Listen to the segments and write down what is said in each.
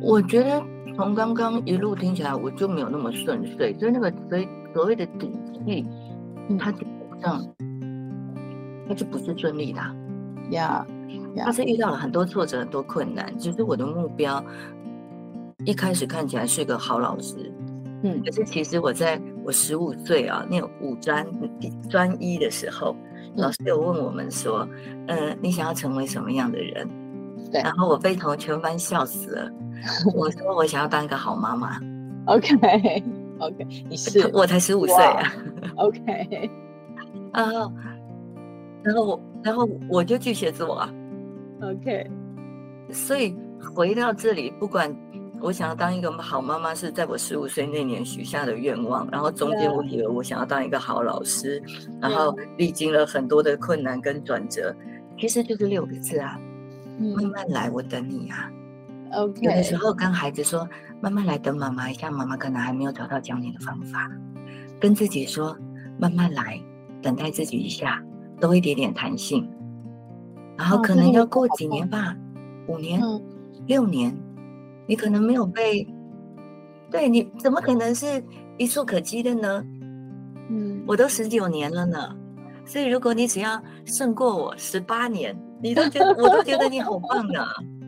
我觉得从刚刚一路听起来，我就没有那么顺遂，所以那个所以所谓的底气，它基本上它就不是顺利的啊、呀，他是遇到了很多挫折、很多困难。其实我嗯的目标一开始看起来是个好老师，嗯可是其实我在我十五岁啊，念五专专一的时候，老嗯师有问我们说，呃，你想要成为什么样的人？对然后我被同全班笑死 了。我说我想要当一个好妈妈， ，OK OK，你是我才十五岁哇啊。 OK，然后，然后我，然后我就巨蟹座啊。 OK，所以回到这里，不管我想要当一个好妈妈，是在我十五岁那年许下的愿望。然后中间对我以为我想要当一个好老师，然对后历经了很多的困难跟转折，其实就是六个字啊，慢嗯慢来，我等你啊。 ，OK，有的时候跟孩子说，慢慢来，等妈妈一下，妈妈可能还没有找到教你的方法。跟自己说，慢慢来，等待自己一下，多一点点弹性。然后哇可哦这能个要我过好几棒年吧，五年、嗯，六年，你可能没有被，对你怎么可能是一触可及的呢？嗯我都十九年了呢，所以如果你只要胜过我十八年，你都觉得我都觉得你好棒呢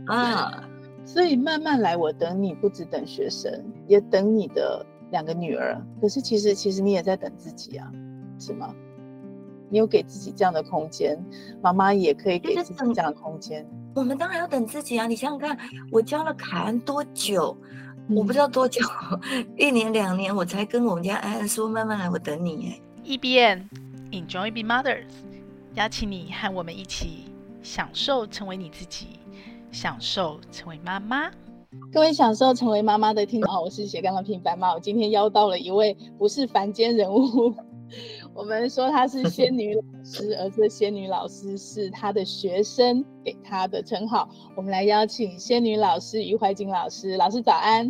啊！所以慢慢来，我等你，不只等学生，也等你的两个女儿。可是其实其实你也在等自己啊，是吗？你有给自己这样的空间，妈妈也可以就给是自己等这样的空间。我们当然要等自己啊！你想想看，我教了凯安多久？我不知道，道多久， 一年两年，我才跟我们家安安说慢慢来，我等你耶。 EBN E Enjoy Be Mothers，邀请你和我们一起享受成为你自己，享受成为妈妈。各位享受成为妈妈的听众好，我是斜杠的平凡妈。我今天邀到了一位不是凡间人物， 我们说她是仙女老师，而这仙女老师是她的学生给她的称号。我们来邀请仙女老师于怀瑾老师，老师早安。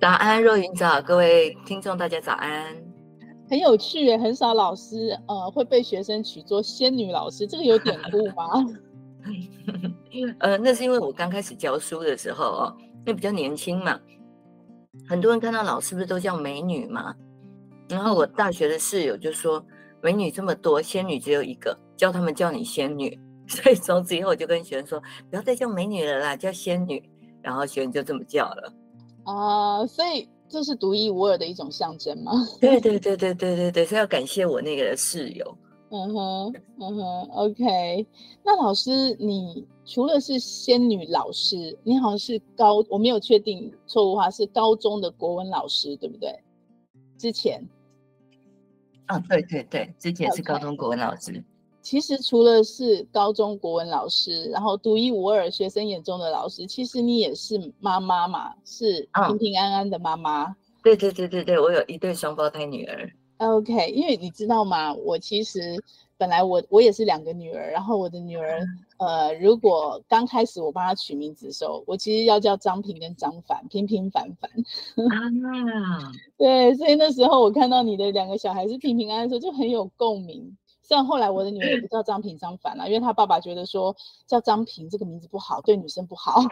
早安，若云早，各位听众大家早安。很有趣耶，很少老师呃会被学生取作仙女老师，这个有典故吗？ 呃，那是因为我刚开始教书的时候哦，那比较年轻嘛，很多人看到老师不是都叫美女嘛，然后我大学的室友就说，美女这么多，仙女只有一个，叫他们叫你仙女。 所以从此以后我就跟学生说，不要再叫美女了啦，叫仙女。然后学生就这么叫了。啊、所以这是独一无二的一种象征吗？对对对对对对对，所以要感谢我那个室友。嗯哼，嗯哼，OK。那老师，你除了是仙女老师，你好像是高，我没有确定错误的话，是高中的国文老师，对不对？之前啊，对对对，之前是高 OK 中国文老师。其实除了是高中国文老师，然后独一无二学生眼中的老师，其实你也是妈妈嘛，是嗯平平安安的妈妈。对对对对对，我有一对双胞胎女儿。 OK，因为你知道吗？我其实本来我我也是两个女儿，然后我的女儿，呃，如果刚开始我帮她取名字的时候，我其实要叫张平跟张凡，平平凡凡。啊，对，所以那时候我看到你的两个小孩是平平安安的时候，就很有共鸣。虽然后来我的女儿也不叫张平张凡了，因为她爸爸觉得说叫张平这个名字不好，对女生不好。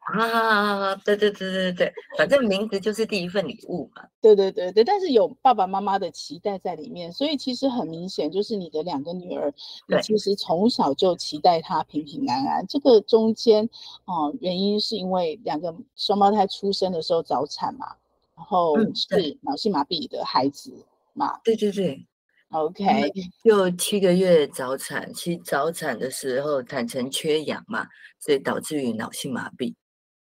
啊，对对对对对，反正名字就是第一份礼物嘛。对对对对，但是有爸爸妈妈的期待在里面，所以其实很明显，就是你的两个女儿，你对其实从小就期待她平平安安。这个中间，哦、原因是因为两个双胞胎出生的时候早产嘛，然后嗯对是脑性麻痹的孩子嘛对对对， ，OK，嗯就七个月早产，其早产的时候产前缺氧嘛，所以导致于脑性麻痹。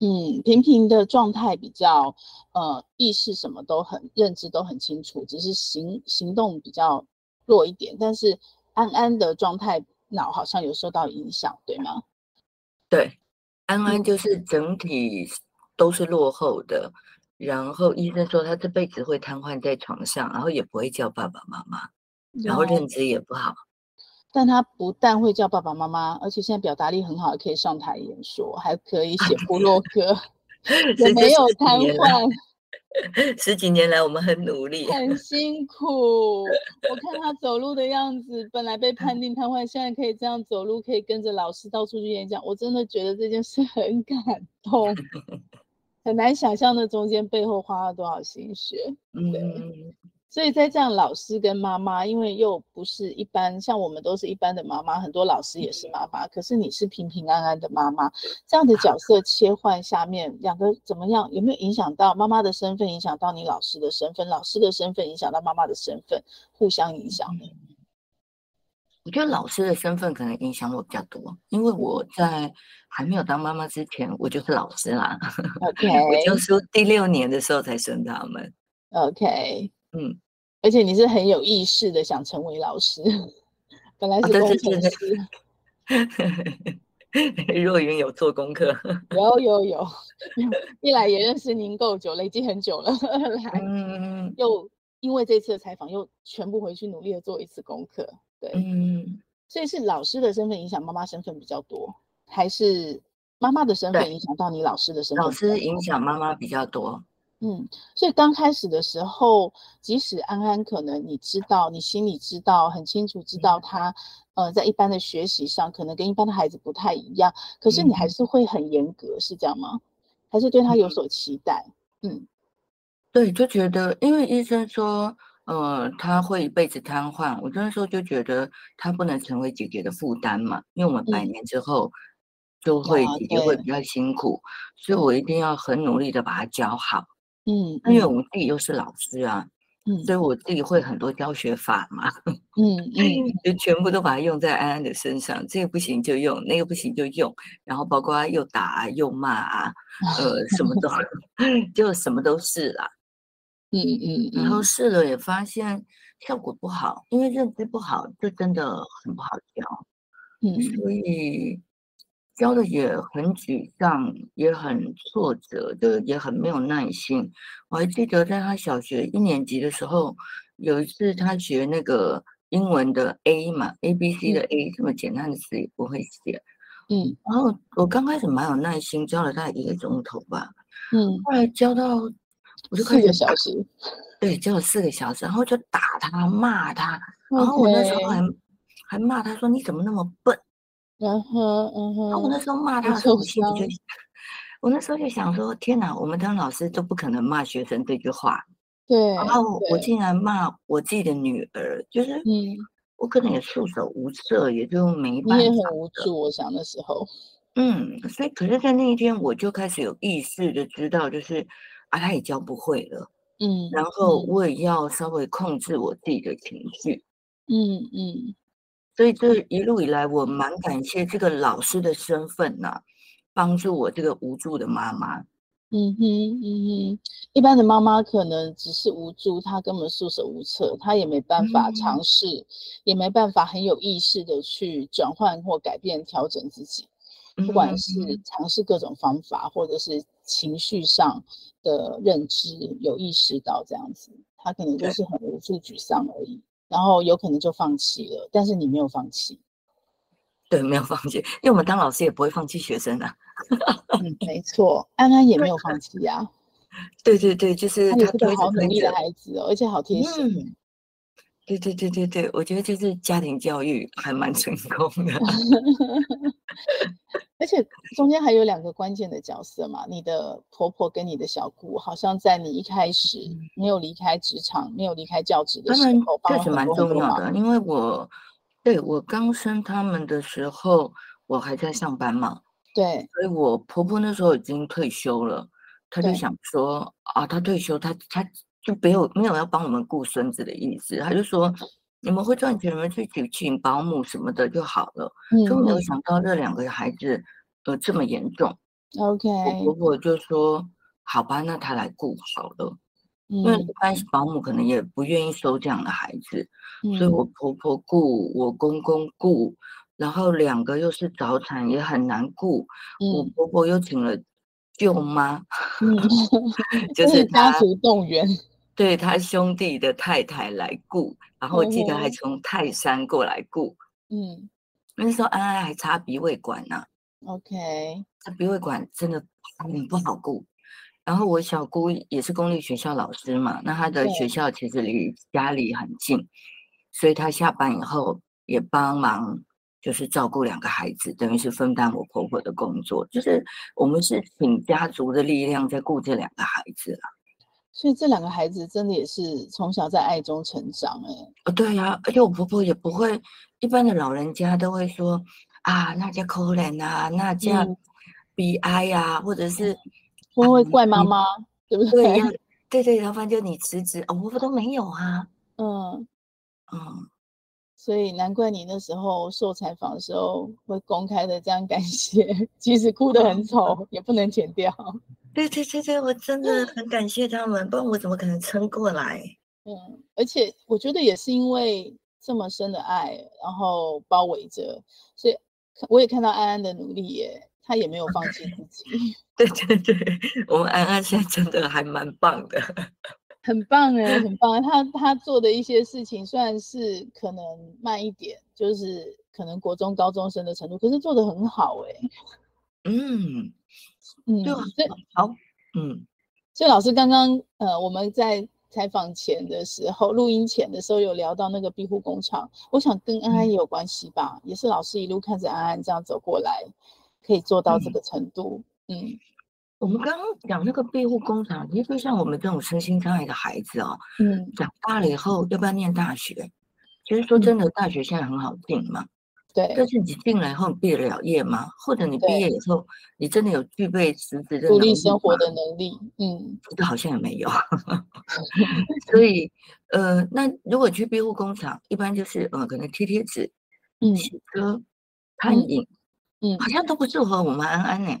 嗯，平平的状态比较，呃，意识什么都很，认知都很清楚，只是行行动比较弱一点。但是安安的状态，脑好像有受到影响，对吗？对，安安就是整体都是落后的，然后医生说他这辈子会瘫痪在床上，然后也不会叫爸爸妈妈，然后有认知也不好。但他不但会叫爸爸妈妈，而且现在表达力很好，还可以上台演说，还可以写部 落格，所也以这没有十几瘫年来痪，十几年来我们很努力。很辛苦。我看他走路的样子，本来 嗯被判定瘫痪，现在可以这样走 路，可以跟着老师到处去演讲，我真的觉得这件事很感动。很难想象那中间背后花了多少心血。嗯，所以在这样，老师跟妈妈，因为又不是一般，像我们都是一般的妈妈，很多老师也嗯是妈妈，可是你是平平安安的妈妈，这样的角色切换下面，两个怎么样？有没有影响到妈妈的身份，影响到你老师的身份，老师的身份影响到妈妈的身份，互相影响嗯呢？我觉得老师的身份可能影响我比较多，因为我在还没有当妈妈之前，我就是老师啦。 OK 我就说第六年的时候才生他们， OK，嗯，而且你是很有意识的想成为老师，本来哦是对工对程对 师，若云有做功课，有有有， 一来也认识您够久了，已经很久了， 二来嗯又因为这次的采访，又全部回去努力的做一次功课。对，嗯，所以是老师的身份影响妈妈身份比较多，还是妈妈的身份对影响到你老师的身份？老师影响妈妈比较多，嗯，所以刚开始的时候，即使安安可能你知道，你心里知道很清楚，知嗯道他，呃，在一般的学习上可能跟一般的孩子不太一样，可是嗯你还是会很严格，是这样吗？还是对他有所期待？嗯对，就觉得因为医生说，呃，他会一辈子瘫痪，我那时候就觉得他不能成为姐姐的负担嘛，因为我们百嗯年之后就会啊姐姐会对比较辛苦，所以我一定要很努力的把她教好。嗯，那因为我们自己又是老师啊，嗯所以我自己会很多教学法嘛，嗯嗯就全部都把它用在安安的身上，这个不行就用，那个不行就用，然后包括又打啊、又骂啊，呃，什 么都就什么都是啦。嗯嗯嗯，然后试了也发现效果不好，因为认知不好，就真的很不好教，嗯所以教的也很沮丧，也很挫折，就也很没有耐心。我还记得在他小学一年级的时候，有一次他学那个英文的 A 嘛，A B C 的 A 这么简单的词也不会写，嗯然后我刚开始蛮有耐心，教了大概一个钟头吧，嗯，后来教到我就开四始个 小时，对，教了四个小时，然后就打他、骂他，然哦后我那时候 OK 还还骂他说你怎么那么笨？嗯哼嗯然哦后我那哼，时候骂好他的时候，受我心里就伤，我那时候就想说，天哪，我们当老师都不可能骂学生这句话，对，然后我对竟然骂我自己的女儿，就是嗯，我可能也束手无策，也就没你办也很法。无助，我想那时候，嗯，所以可是，在那一天我就开始有意识的知道，就是啊，他也教不会了，嗯，然后嗯我也要稍微控制我自己的情绪。嗯嗯所以这一路以来，我蛮感谢这个老师的身份呐、帮助我这个无助的妈妈。嗯哼嗯哼，一般的妈妈可能只是无助，她根本束手无策，她也没办法嗯尝试，也没办法很有意识的去转换或改变、调整自己，不管嗯是尝试各种方法，或者是情绪上的认知，有意识到这样子，她可能就对是很无助、沮丧而已，然后有可能就放弃了，但是你没有放 弃，对，没有放弃，因为我们当老师也不会放弃学生啊。嗯，没错，安安也没有放弃呀、对对对，就是他也他是推个着好努推力的着，孩子哦，而且好贴心。嗯，对对对对对，我觉得就是家庭教育还蛮成功的。而且中间还有两个关键的角色嘛，你的婆婆跟你的小姑，好像在你一开始没有离开职场、没有离开教职嗯他的时们候，帮确了实很蛮多重很多要忙。的，因为我对我刚生他们的时候，我还在上班嘛，对，所以我婆婆那时候已经退休了，她就对想说啊，她退休，她她就没有没有要帮我们顾孙子的意思，她就说你们会赚钱，你们去请请保姆什么的就好了。嗯就没有想到这两个孩子呃这么严重，嗯，OK，我婆婆就说好吧，那她来顾好了，因为嗯一般保姆可能也不愿意收这样的孩子，所以嗯我婆婆顾，我公公顾。然后两个又是早产，也很难顾，我嗯婆婆又请了舅 妈，嗯，就这是家她族动员。嗯对她兄弟的太太来顾，然后我记得还嗯哼从泰山过来顾。嗯那时候安安还插鼻胃管啊呢、 ，OK，她鼻胃管真的很不好顾。然后我小姑也是公立学校老师嘛，那她的学对校其实离家里很近，所以她下班以后也帮忙就是照顾两个孩子，等于是分担我婆婆的工作，就是我们是请家族的力量在顾这两个孩子啦。所以这两个孩子真的也是从小在爱中成长、欸，哎，啊，对呀、而且我婆婆也不会，一般的老人家都会说啊，那叫可怜啊，那叫嗯悲哀呀，或者是会会怪妈嗯妈，对不 对呀、对对，然后反正就你辞职啊，我婆婆都没有啊，嗯，嗯，所以难怪你那时候受采访的时候会公开的这样感谢， 即使哭得很丑，也不能剪掉。对对对对，我真的很感谢他们，不然我怎么可能撑过来？嗯，而且我觉得也是因为这么深的爱，然后包围着，所以看我也看到安安的努力耶，她也没有放弃自己， 对对对，我们安安现在真的还蛮棒的。很棒哎，很棒。她她做的一些事情虽然是可能慢一点，就是可能国中高中生的程度，可是做的很好哎。 嗯，嗯，对啊所以好，嗯，所以老师刚刚呃，我们在采访前的时候，录音前的时候有聊到那个庇护工厂，我想跟安安也有关系吧，也是老师一路看着安安这样走过来，可以做到这嗯个程度。嗯我们刚刚讲那个庇护工厂，其实就像我们这种身心障碍的孩子哦，嗯，长大了以后要不要念大学？其实说真的，大学现在很好进嘛，但对，是你进来以后你毕得了业吗？或者你毕对业以后，你真的有具备实质的独能立力生活吗的能力，嗯这个好像也没有， 所以呃，那如果去庇护工厂，一般就是呃，可能贴贴纸、嗯写歌、看嗯影，嗯好像都不适合我们安安呢、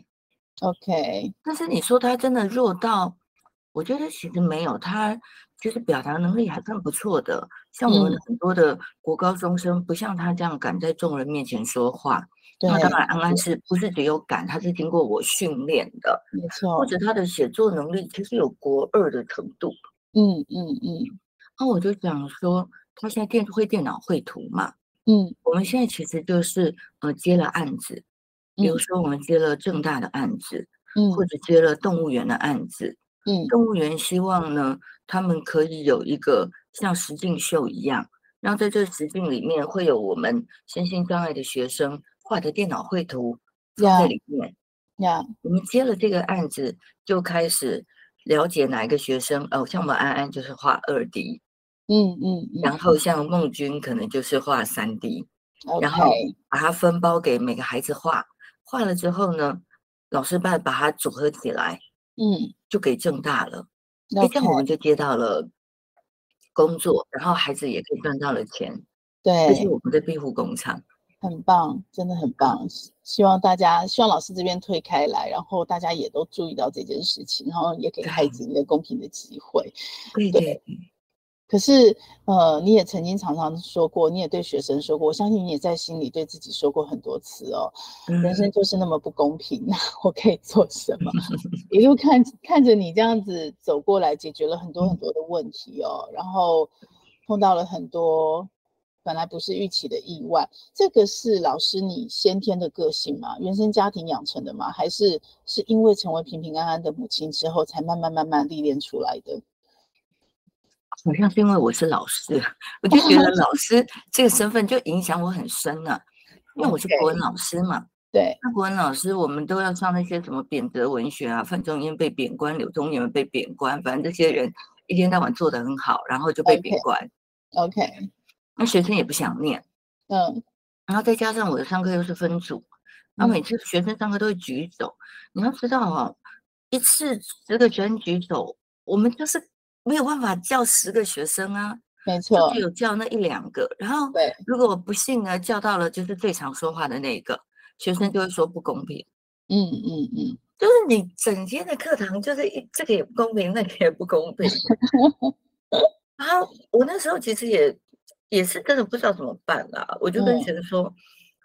，OK，但是你说他真的弱到，我觉得其实没有，他就是表达能力还算不错的。像我们嗯很多的国高中生，不像他这样敢在众人面前说话。对，那当然，安安是不是只有敢，他是经过我训练的，没错或，者他的写作能力其实有国二的程度。嗯嗯嗯那我就想说，他现在电会电脑绘图嘛，嗯我们现在其实就是呃接了案子，比如嗯说我们接了正大的案子，嗯或者接了动物园的案子。嗯动物园希望呢，他们可以有一个像实境秀一样，然后在这个实境里面会有我们身心障碍的学生画的电脑绘图放在呀里面。呀，我们接了这个案子，就开始了解哪一个学生，哦，像我们安安就是画二 D，嗯嗯然后像孟君可能就是画三 D，嗯然后，OK，把它分包给每个孩子画，画了之后呢，老师把把它组合起来，嗯就给正大了。哎，这样我，OK，们就接到了工作，然后孩子也可以赚到了钱，这是对。我们的庇护工厂。很棒，真的很棒。希希望大家，希望老师这边推开来，然后大家也都注意到这件事情，然后也给孩子一个公平的机会。对对，可是，呃，你也曾经常常说过，你也对学生说过，我相信你也在心里对自己说过很多次哦，人嗯生就是那么不公平， 那我可以做什么？ 一路看看着你这样子走过来，解决了很多很多的问题哦，然后碰到了很多本来不是预期的意外。这个是老师你先天的个性吗？原生家庭养成的吗？还是是因为成为平平安安的母亲之后，才慢慢慢慢历练出来的？好像是因为我是老师，啊我就 觉得老师这个身份就影响我很深了、因为我是国文老师嘛，对，那国文老师我们都要上那些什么贬谪文学啊，范仲淹被贬官，柳宗元被贬官，反正这些人一天到晚做得很好，然后就被贬 OK 官， OK，那学生也不想念。嗯然后再加上我的上课又是分组，那嗯每次学生上课都会举手，你要知道哦，一次十个学生举手，我们就是没有办法叫十个学生啊，没就错只，有叫那一两个。然后对，如果我不幸呢叫到了就是最常说话的那一个，学生就会说不公平。嗯嗯嗯，就是你整天的课堂就是一这个也不公平，那个也不公平。然后我那时候其实也也是真的不知道怎么办啦、我就跟嗯学生说，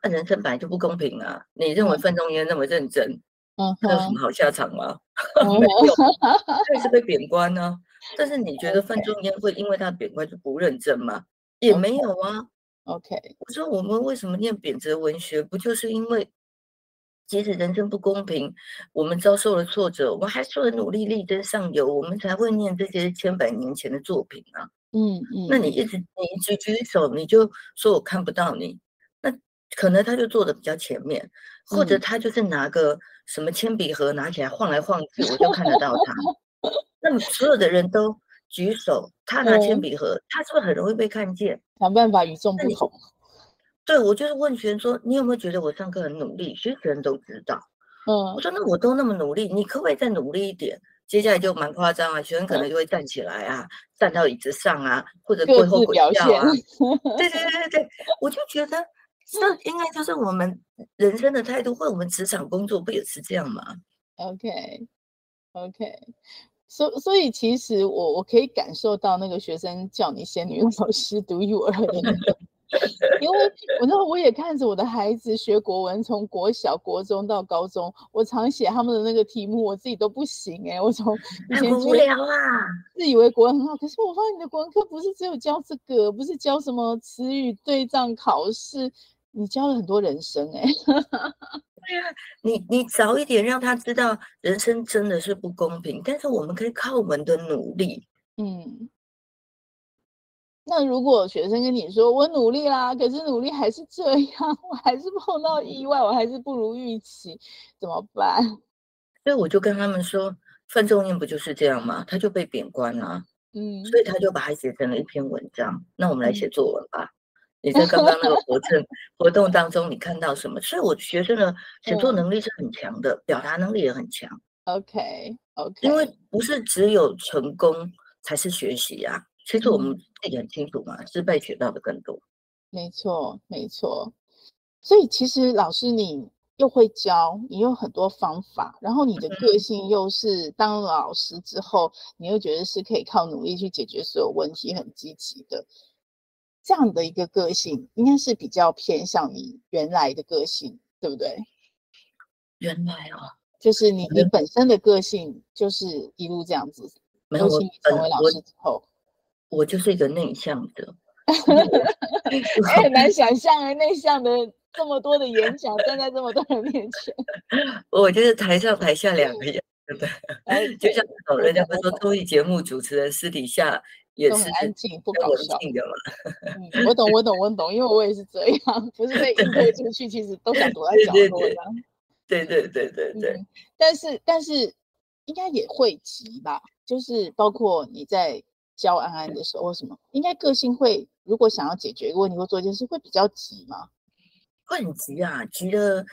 那、人生本来就不公平啊！你认为嗯范仲淹那么认真，嗯他有什哼么好下场吗？嗯哼，他也是被贬官呢、但是你觉得范仲淹会因为他贬官就不认真吗？也没有啊。 ，OK，我说我们为什么念贬谪文学？不就是因为即使人生不公平，我们遭受了挫折，我们还是很努力力争上游，我们才会念这些千百年前的作品啊。嗯嗯，那你一直你一直举手，你就说我看不到你，那可能他就坐的比较前面，或者嗯他就是拿个什么铅笔盒拿起来晃来晃去，我就看得到他。那么所有的人都举手，他拿铅嗯笔盒，他是不是很容易被看见？想办法与众那不你同。对我就是问学生说，你有没有觉得我上课很努力？其实学生都知道。嗯我，说那我都那么努力，你可不可以再努力一点？接下来就蛮夸张啊，学生可能就会站起来啊，站到椅子上啊，或者嗯各跪后自鬼表叫现啊。对对对对对，我就觉得这嗯应该就是我们人生的态度，或者我们职场工作不也是这样吗？ OK，OK，所所以其实我我可以感受到那个学生叫你仙女 老师独一无二的那种，因为我那我也看着我的孩子学国文，从国小、国中到高中，我常写他们的那个题目，我自己都不行哎、我从以 哎，前好觉无得聊啊！自以为国文很好，可是我发现你的国文课不是只有教这个，不是教什么词语对仗考试，你教了很多人生哎、你你早一点让他知道人生真的是不公平，但是我们可以靠我们的努力， 嗯，那如果学生跟你说我努力啦，可是努力还是这样， 我还是碰到意外，我还是不如预期，怎么办？所以我就跟他们说，范仲淹不就是这样吗？他就被贬官了、嗯，所以他就把它写成了一篇文章。那我们来嗯写作文吧。你在刚刚那个活 动活动当中，你看到什么？所以我学生的写作嗯能力是很强的，表达能力也很强， OK OK，因为不是只有成功才是学习啊。其实我们嗯自己很清楚嘛，失败学到的更多。没错没错，所以其实老师你又会教，你有很多方法，然后你的个嗯性又是当了老师之后，你又觉得是可以靠努力去解决所有问题，很积极的。这样的一个个性，应该是比较偏向你原来的个性，对不对？原来哦，就是你你嗯本身的个性就是一路这样子，没有尤我其你本成为老我师之 后，我就是一个内向 的。哎，很难想象哎，内向的这么多的演讲，站在这么多人面前，我就是台上台下 两个人，对不 对？哎，就对像那种我人家懂会我说懂综艺节目主持人私底下也都是很安静，不很搞文笑。静的嘛。嗯，我懂，我懂，我懂，因为我也是这样， 不是被硬推出去，其实都想躲在对角对落对这样。对对对对对。嗯，但是但是应该也会急吧，就是包括你在教安安的时候，或什么，应该个性会，如果想要解决一个问题或做一件事，会比较急嘛。会很急啊，急的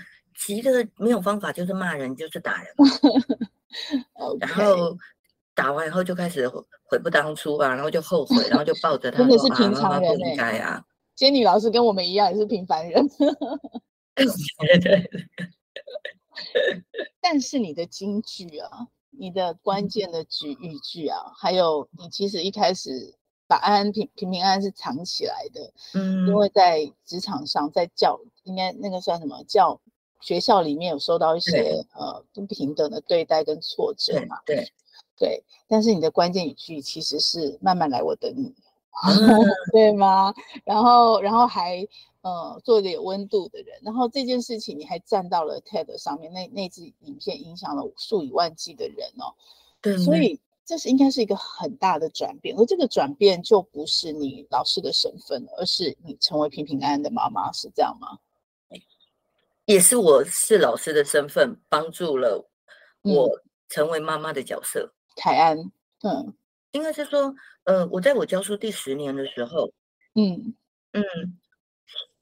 急的没有方法，就是骂人，就是打人，呃 OK，然 后打完以后就开始悔悔不当初啊，然后就后悔，然后就抱着他 真的说是啊，平妈常妈不人应欸该啊，仙女老师跟我们一样，也是平凡人。 对对对但是你的金句啊，你的嗯关键的句语句啊，还有你其实一开始把安安平平平安安是藏起来的，嗯因，为在职场上，在教应该那个算什么教学校里面有受到一些呃不平等的对待跟挫折对嘛，对， 对。但是你的关键语句其实是慢慢来，我等你，嗯对吗？然后然后还呃做一个有温度的人，然后这件事情你还站到了 TED 上面，那那支影片影响了数以万计的人哦，对，所对以这是应该是一个很大的转变，而这个转变就不是你老师的身份了，而是你成为平平安安的妈妈，是这样吗？也是我是老师的身份帮助了嗯我成为妈妈的角色，凯安，嗯应该是说，呃，我在我教书第十年的时候，嗯嗯，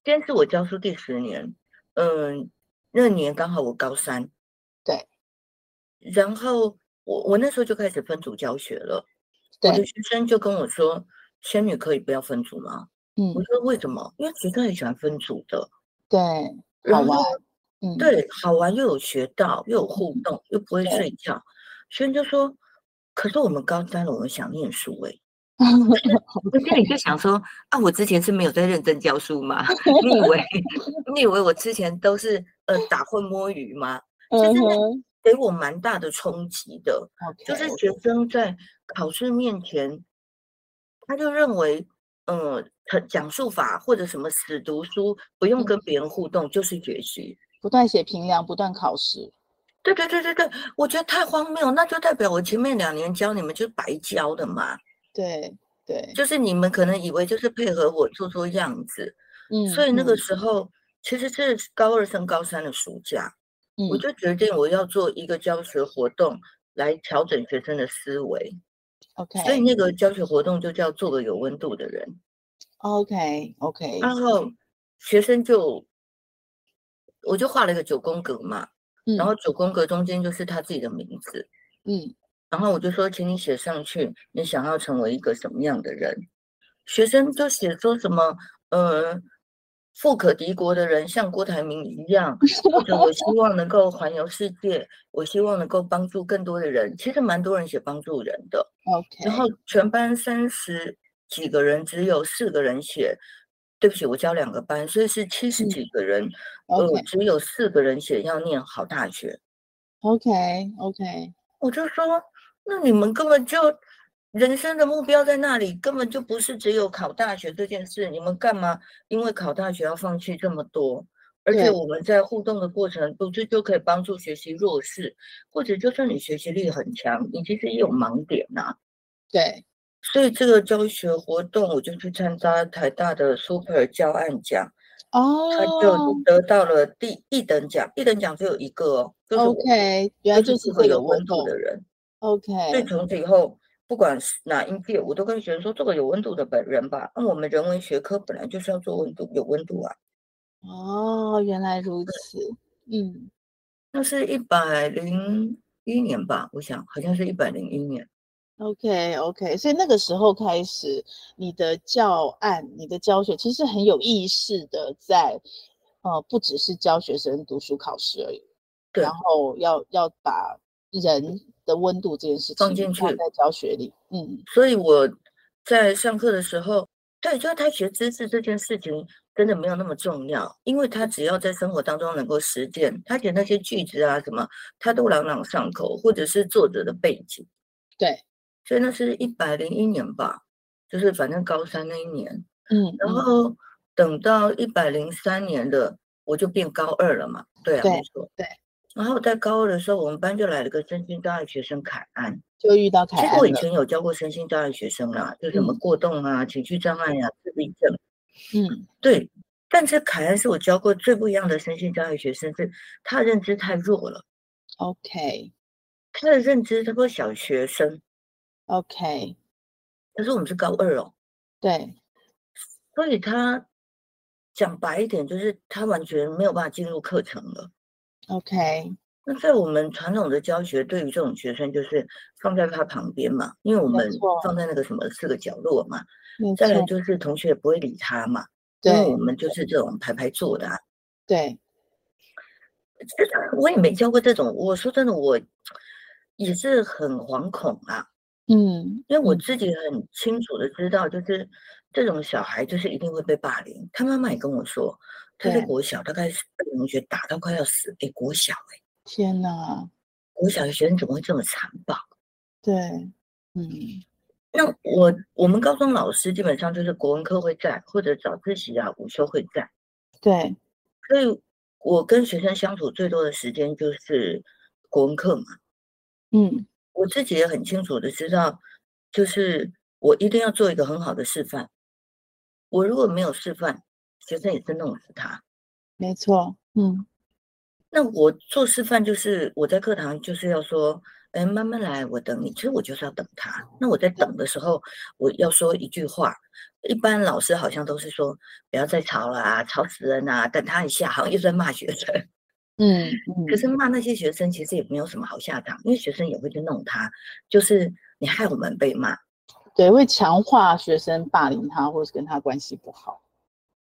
先是我教书第十年，嗯，那年刚好我高三，对，然后我我那时候就开始分组教学了，我的对学生就跟我说，仙女可以不要分组吗？嗯我说为什么？因为学生很喜欢分组的，对，然好后玩，嗯 对，好玩又有学到，又有互嗯动，又不会对睡觉，学生就说，可是我们高三了，我们想念书哎、我心里就想说啊，我之前是没有在认真教书吗？你以为你以为我之前都是呃打混摸鱼吗？嗯是那哼给我蛮大的冲击的， ，OK，就是学生在考试面前，他就认为，嗯、呃，讲述法或者什么死读书，不用嗯跟别人互动就是学习。不断写评量，不断考试，对对对对对，我觉得太荒谬，那就代表我前面两年教你们就是白教的嘛，对对，就是你们可能以为就是配合我做做样子，嗯，所以那个嗯时候其实这是高二升高三的暑假，嗯我就决定我要做一个教学活动来调整学生的思维，所以嗯，OK 那个教学活动就叫做个有温度的人。 OK OK，然后学生就，我就画了一个九宫格嘛，然后九宫格中间就是他自己的名字，嗯然后我就说，请你写上去，你想要成为一个什么样的人？学生就写说什么，呃，富可敌国的人，像郭台铭一样，或者我希望能够环游世界，我希望能够帮助更多的人。其实蛮多人写帮助人的， ，OK，然后全班三十几个人，只有四个人写。对不起，我教两个班，所以是七十嗯几个人， OK 呃，只有四个人写要念好大学。 OK OK，我就说，那你们根本就人生的目标在那里，根本就不是只有考大学这件事。你们干嘛因为考大学要放弃这么多？而且对我们在互动的过程，不是就可以帮助学习弱势，或者就算你学习力很强，你其实也有盲点呐、对，所以这个教学活动，我就去参加台大的 Super 教案奖，他就哦得到了第一等奖，一等奖只有一个哦，就是我，OK，原来就是是这个个有活温度动的人。 ，OK，所以从此以后，不管是哪一届，我都跟学生说，做个有温度的本人吧。那我们人文学科本来就是要做温度，有温度啊。哦，原来如此，嗯那是一百零一年吧，我想好像是一百零一年。 ，OK OK，所以那个时候开始，你的教案、你的教学其实很有意识的在，呃，不只是教学生读书考试而已，对然后要要把人的温度这件事放情进放去在教学里，嗯所以我在上课的时候，对，就是他学知识这件事情真的没有那么重要，因为他只要在生活当中能够实践，他写那些句子啊什么，他都朗朗上口，或者是作者的背景。对，所以那是一百零一年吧，就是反正高三那一年，嗯然嗯后等到一百零三年的我就变高二了嘛，对啊，对没错，对。然后在高二的时候，我们班就来了个身心障碍学生凯安，就遇到凯其实安我以了，前有教过身心障碍学生啦，就什么嗯过动啊、情绪障碍呀、自闭症，嗯对。但是凯恩是我教过最不一样的身心障碍学生，是他的认知太弱了， ，OK 他的认知差不多小学生， OK，可是我们是高二哦，对，所以他讲白一点，就是他完全没有办法进入课程了。 OK，那在我们传统的教学，对于这种学生，就是放在他旁边嘛，因为我没们错放在那个什么四个角落嘛，没再来错，就是同学也不会理他嘛，因为我对们就是这种排排坐的、啊。 对，这个我也没教过这种，我说真的，我也是很惶恐啊，嗯，因为我嗯自己很清楚的知道，就是这种小孩就是一定会被霸凌。他妈妈也跟我说，他在对国小大概是被同学打到快要死，哎，国小哎、天哪，国小的学生怎么会这么残暴？对，嗯。那我我们高中老师基本上就是国文课会在，或者早自习啊、午休会在，对，所以我跟学生相处最多的时间就是国文课嘛。嗯，我自己也很清楚的知道，就是我一定要做一个很好的示范。我如果没有示范，学生也是弄死他。没错，嗯，那我做示范就是我在课堂就是要说，哎，慢慢来，我等你。其实我就是要等他。那我在等的时候，我要说一句话。一般老师好像都是说不要再吵了啊，吵死人啊，等他一下，好像又在骂学生。嗯可是骂那些学生其实也没有什么好下场，因为学生也会去弄他，就是你害我们被骂。对，会强化学生霸凌他，或是跟他关系不好。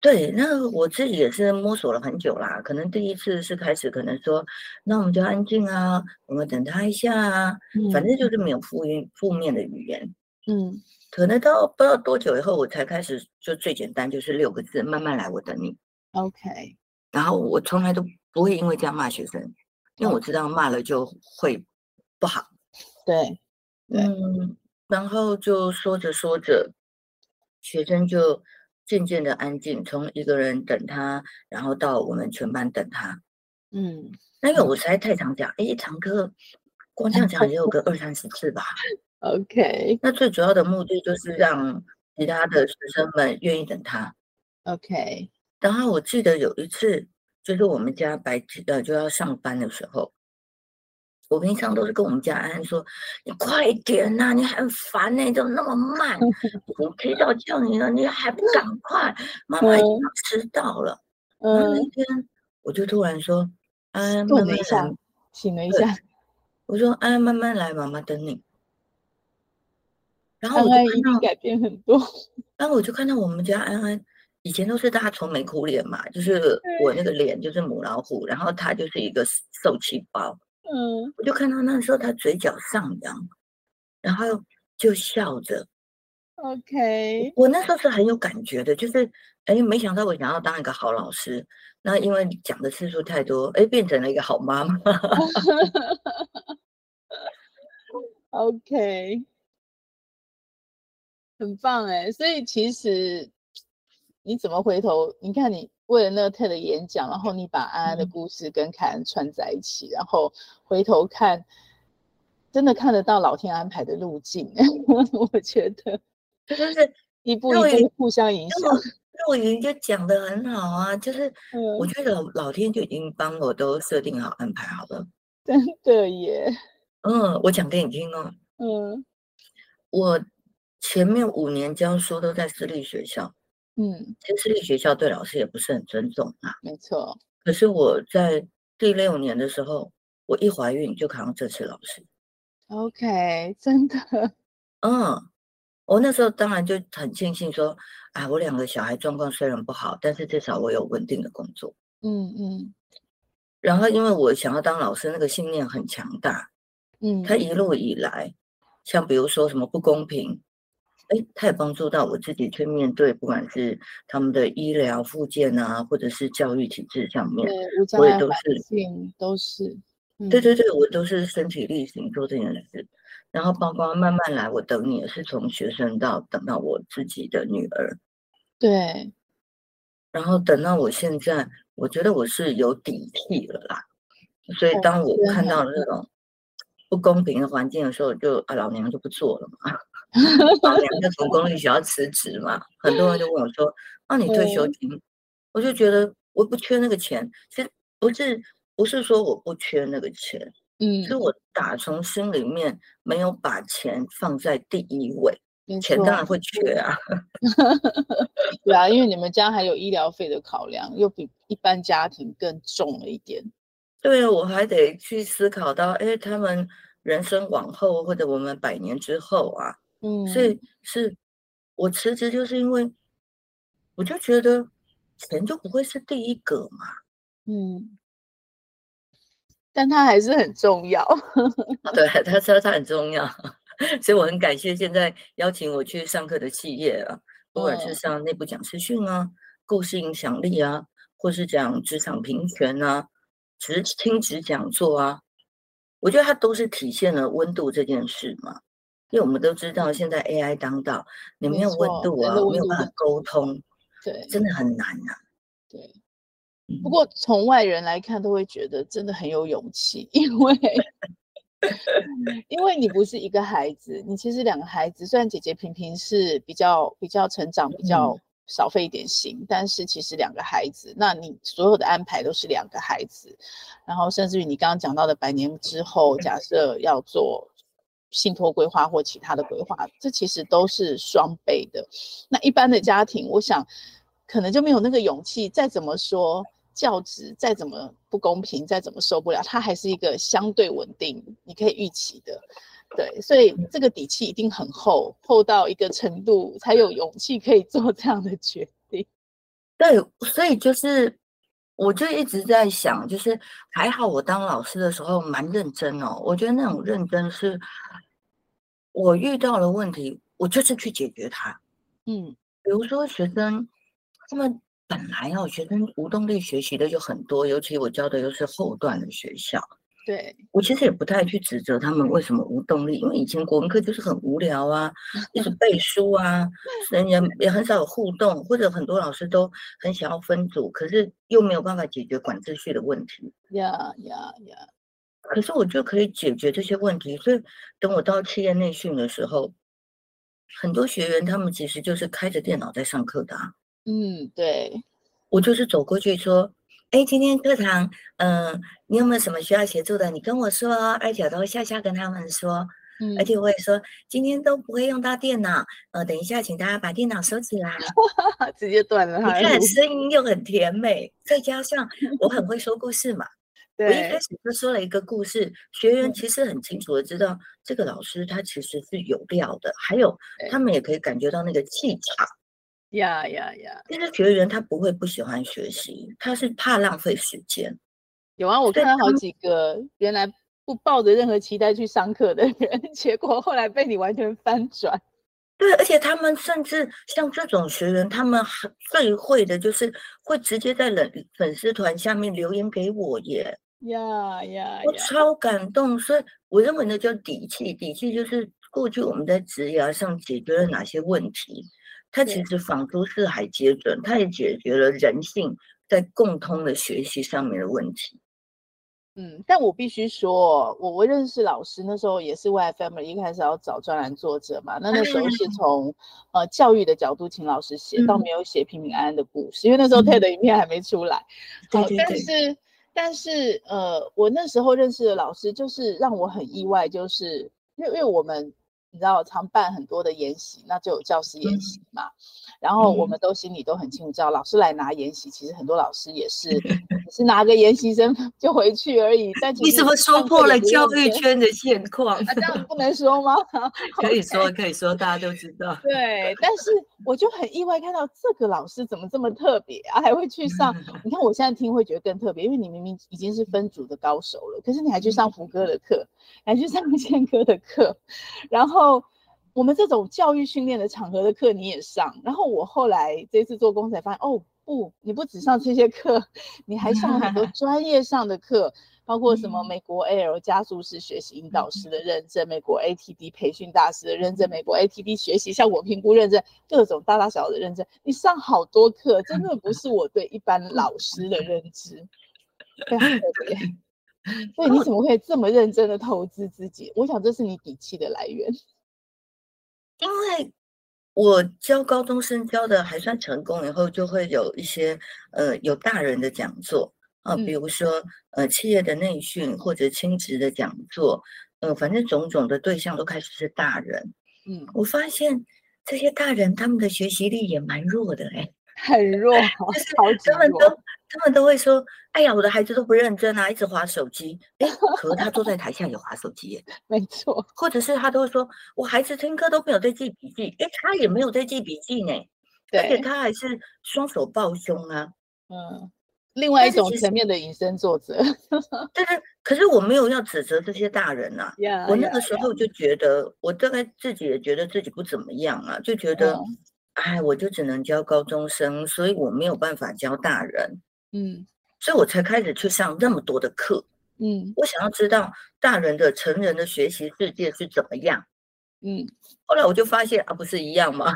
对，那我自己也是摸索了很久啦。可能第一次是开始，可能说，那我们就安静啊，我们等他一下啊，反正就是没有负面负面的语言。嗯，可能到不知道多久以后，我才开始就最简单就是六个字，慢慢来，我等你。嗯，OK，然后我从来都不会因为这样骂学生，因为我知道骂了就会不好。对，对嗯，然后就说着说着，学生就渐渐的安静，从一个人等他，然后到我们全班等他。嗯，那个我实在太常讲，诶，一堂课光这样讲也有个二三十次吧。 ，OK，OK，那最主要的目的就是让其他的学生们愿意等他。然后我记得有一次，就是我们家白天呃就要上班的时候，我平常都是跟我们家安安说：“你快点呐、你很烦呢、你怎么那么慢？嗯已经提早叫你了，你还不赶快？妈妈已经嗯要迟到了。”然后那嗯，天我就突然说：“安安，顿慢了慢一下来。醒了一对下，我说：“安安，慢慢来，妈妈等你。”然后安我就安看一到定改变很多。然后我就看到我们家安安，以前都是大家愁眉苦脸嘛，就是我那个脸就是母老虎，然后他就是一个受气包。嗯，我就看到那时候他嘴角上扬，然后就笑着。 OK，我那时候是很有感觉的，就是哎，没想到我想要当一个好老师，那因为讲的次数太多，哎，变成了一个好妈 妈。 OK，很棒哎！所以其实你怎么回头？你看你为了那个 TED 的演讲，然后你把安安的嗯故事跟凯恩串在一起，然后回头看，真的看得到老天安排的路径。 我觉得就是一步对一步互相影那我响。那我云就讲的很好啊，就是我嗯，觉得老老天就已经帮我都设定好安排好了。真的耶。嗯，我讲给你听哦。嗯我前面五年教书都在私立学校，嗯，其实私立学校对老师也不是很尊重啊。没错。可是我在第六年的时候，我一怀孕就考上这次老师。 OK，真的。嗯，我那时候当然就很庆幸说，啊，我两个小孩状况虽然不好，但是至少我有稳定的工作。嗯嗯然后因为我想要当老师，那个信念很强大，嗯，他一路以来，像比如说什么不公平，哎，他也帮助到我自己去面对，不管是他们的医疗、附件啊，或者是教育体制上面，对，无障我也碍都环是境都是。嗯对对对，我都是身体力行做这件事。然后包括慢慢来，我等你也是从学生到等到我自己的女儿，对。然后等到我现在，我觉得我是有底气了啦。所以哦当我真看到好那种不公平的环境的时候，就啊老娘就不做了 嘛，老娘就从公立学校辞职嘛。很多人就问我说：“那、你退休嗯金？”我就觉得我不缺那个钱，其实不是不是说我不缺那个钱，嗯是，我打从心里面没有把钱放在第一位，没钱错当然会缺啊。对啊，因为你们家还有医疗费的考量，又比一般家庭更重了一点。对啊，我还得去思考到，哎，他们人生往后或者我们百年之后啊，嗯，所以是我辞职就是因为我就觉得钱就不会是第一个嘛。嗯，但它还是很重要。 对，他说他很重要， 所以我很感谢现在邀请我去上课的企业啊，不管是嗯上内部讲师训啊、故事影响力啊，或是讲职场平权啊、职听职讲座啊，我觉得它都是体现了温度这件事嘛。因为我们都知道，现在 AI 当道，你没没有温错度人啊的，温没有度办很法沟通，对真的很难啊。对。嗯不过从外人来看，都会觉得真的很有勇气， 因为因为你不是一个孩子，你其实两个孩子。虽然姐姐平平是比较比较成长比较少费一点心，但是其实两个孩子，那你所有的安排都是两个孩子，然后甚至于你刚刚讲到的百年之后，假设要做。信托规划或其他的规划，这其实都是双倍的。那一般的家庭，我想可能就没有那个勇气。再怎么说教职，再怎么不公平，再怎么受不了，它还是一个相对稳定，你可以预期的。对，所以这个底气一定很厚，厚到一个程度，才有勇气可以做这样的决定。对，所以就是，我就一直在想，就是还好我当老师的时候蛮认真哦。我觉得那种认真是，我遇到了问题，我就是去解决它。嗯比如说学生，他们本来哦，学生无动力学习的就很多，尤其我教的又是后段的学校，对，我其实也不太去指责他们为什么无动力，因为以前国文课就是很无聊啊，一直背书啊，人也也很少有互动，或者很多老师都很想要分组，可是又没有办法解决管秩序的问题。呀呀呀，可是我就可以解决这些问题，所以等我到企业内训的时候，很多学员他们其实就是开着电脑在上课的啊，嗯，对，我就是走过去说：“哎，今天课堂，嗯、你有没有什么需要协助的？你跟我说哦。”而且我都会笑笑跟他们说，嗯而且我也说今天都不会用到电脑，呃，等一下请大家把电脑收起来。 直接断了你他的看路声音又很甜美，再加 上我很会说故事嘛，我一开对，始就说了一个故事，学嗯员其实很清楚的知道这个老师他其实是有料的，还有对他们也可以感觉到那个气场。呀呀呀，但是学员他不会不喜欢学习，他是怕浪费时间。有啊，我所以看到他好们几个原来不抱着任何期待去上课的人， 结果后来被你完全翻转。对，而且他们甚至像这种学员，他们很最会的就是会直接在粉粉丝团下面留言给我耶，呀呀我呀，超感动。所以我认为那叫底气，底气就是过去我们在职涯上解决了哪些问题，它对其实仿佛是海接准，它也解决了人性在共通的学习上面的问题。嗯，但我必须说，我我认识老师那时候也是 YFM 一开始要找专栏作者嘛，嗯那那时候是从呃教育的角度请老师写，倒嗯没有写平平安安的故事，因为那时候 TED 影片还没出来。对好，对但对是但是呃，我那时候认识的老师，就是让我很意外，就是因为因为我们你知道常办很多的研习，那就有教师研嗯习嘛，然后我嗯们都心里都很清楚，知道老师来拿研习，其实很多老师也是只是拿个研习生就回去而已，但其你实怎么说上课破也了不教用育钱圈的现况？啊？这样不能说吗？可以说，可以说，大家都知道。。对，但是我就很意外看到这个老师怎么这么特别啊，还会去上你看我现在听会觉得更特别，因为你明明已经是分组的高手了，可是你还去上福哥的课，还去上健哥的课，然后我们这种教育训练的场合的课你也上。然后我后来这次做工才发现，哦不，你不只上这些课，你还上了很多专业上的课，包括什么嗯美国 AL 加速式学习引导师的认证，美国 ATD 培训大师的认证，美国 ATD 学习效果评估认证，各种大大小小的认证，你上好多课，真的不是我对一般老师的认知，非常 特别。所以你怎么会这么认真的投资自己？我想这是你底气的来源。嗯因为我教高中生教的还算成功，以后就会有一些呃有大人的讲座啊、嗯比如说呃企业的内训或者亲职的讲座，呃，反正种种的对象都开始是大人。嗯，我发现这些大人他们的学习力也蛮弱的哎、很弱，就是超级他们弱都。他们都会说，哎呀，我的孩子都不认真啊，一直划手机。哎，可他坐在台下也划手机耶。没错，或者是他都会说，我孩子听课都没有在记笔记，诶，他也没有在记笔记呢，而且对，他还是双手抱胸啊。嗯。另外一但是种其实层面的隐身作者，但是，可是我没有要指责这些大人啊。呀我那呀个时候就觉得，我大概自己也觉得自己不怎么样啊，就觉得嗯，哎，我就只能教高中生，所以我没有办法教大人，嗯所以我才开始去上那么多的课。嗯我想要知道大人的成人的学习世界是怎么样。嗯，后来我就发现啊，不是一样吗？